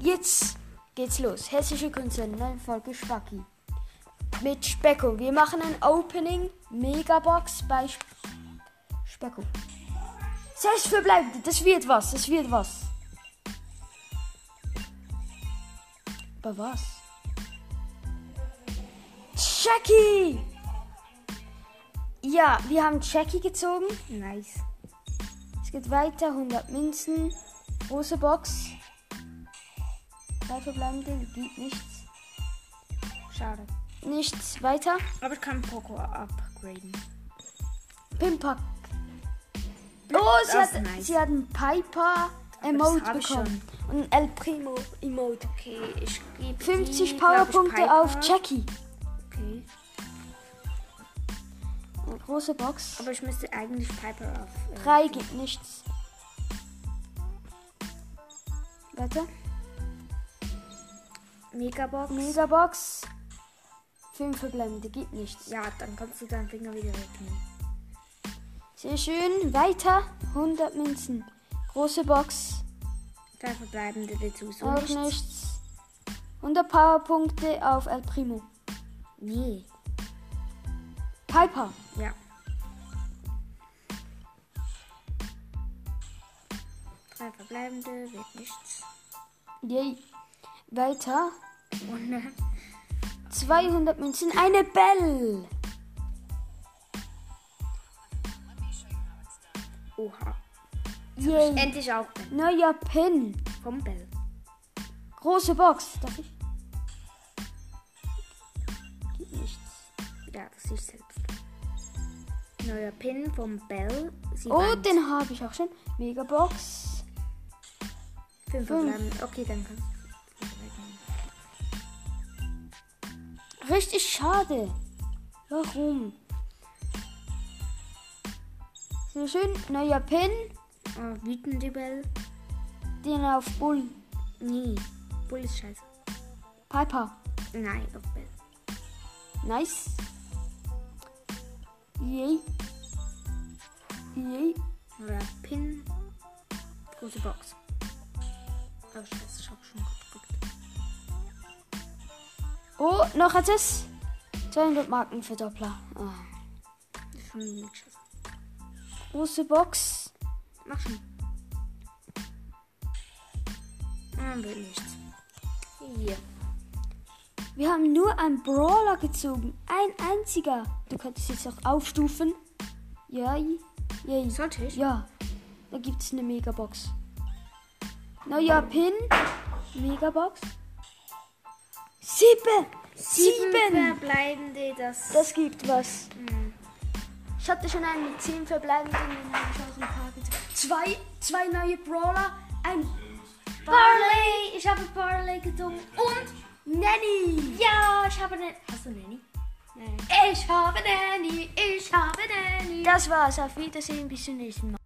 jetzt geht's los. Herzlich willkommen zu einer neuen Folge Spacki. Mit Specko. Wir machen ein Opening Megabox bei Sp Specko. Sechs verbleibende. Das wird was. Das wird was. Aber was? Jackie! Ja, wir haben Jackie gezogen. Nice. Es geht weiter. 100 Münzen. Große Box. Drei verbleibende. Gibt nichts. Schade. Nichts weiter. Aber ich kann Poco upgraden. Pimpack. Oh, sie Das hat, ist nice. sie hat einen Piper das Emote hab ich bekommen. Und ein El Primo Emote. Okay, ich gebe 50 Powerpunkte auf Jackie. Okay. Eine große Box. Aber ich müsste eigentlich Piper auf. Äh, Drei gibt nichts. Warte. Megabox. Megabox. Fünf verbleibende gibt nichts. ja, dann kannst du deinen Finger wieder wegnehmen. Sehr schön. Weiter. 100 Münzen. Große Box. Drei verbleibende dazu. So Auch nichts. nichts. 100 Powerpunkte auf El Primo. Nee. Piper. Ja. Drei verbleibende wird nichts. Yay. Weiter. Und ne? 200 Münzen. Eine Bell. Oha. Yay. Endlich auch Ben. Neuer Pin. Vom Bell. Große Box. Darf ich? Gibt nichts. Ja, das ist selbst. Neuer Pin vom Bell. Sie Oh, waren den habe ich auch schon. Megabox. fünf verbleibende. Okay, dann kannst du wieder wegnehmen. Richtig schade. Warum? Sehr schön. Neuer Pin. Oh, wütende Bell. Den auf Bull. Nee. Bull ist scheiße. Piper. Nein, auf Bell. Nice. Yay. Yay. Neuer Pin. Große Box. Oh, scheiße, ich hab schon geguckt. Oh, noch hat es. 200 Marken für Doppler. Ah. Das ist schon nicht scheiße. Große Box. Mach schon. Ah, will nichts. Hier. Wir haben nur einen Brawler gezogen. Ein einziger. Du könntest jetzt auch aufstufen. Yay. Yay. Sollte ich? Ja, da gibt es eine Megabox. Neuer Pin. Megabox. Sieben. Sieben. verbleibende, das. Das gibt was. Hm. Ich hatte schon einen mit zehn verbleibenden, den habe ich auch ein paar getroffen. Zwei, zwei neue Brawler, ein Barley! Ich habe Barley gezogen. Und? Nanny. Ja, ich habe Nanny. Hast du Nanny? Nein. Ich habe Nanny. Ich habe Nanny. Das war's. Auf Wiedersehen. Bis zum nächsten Mal.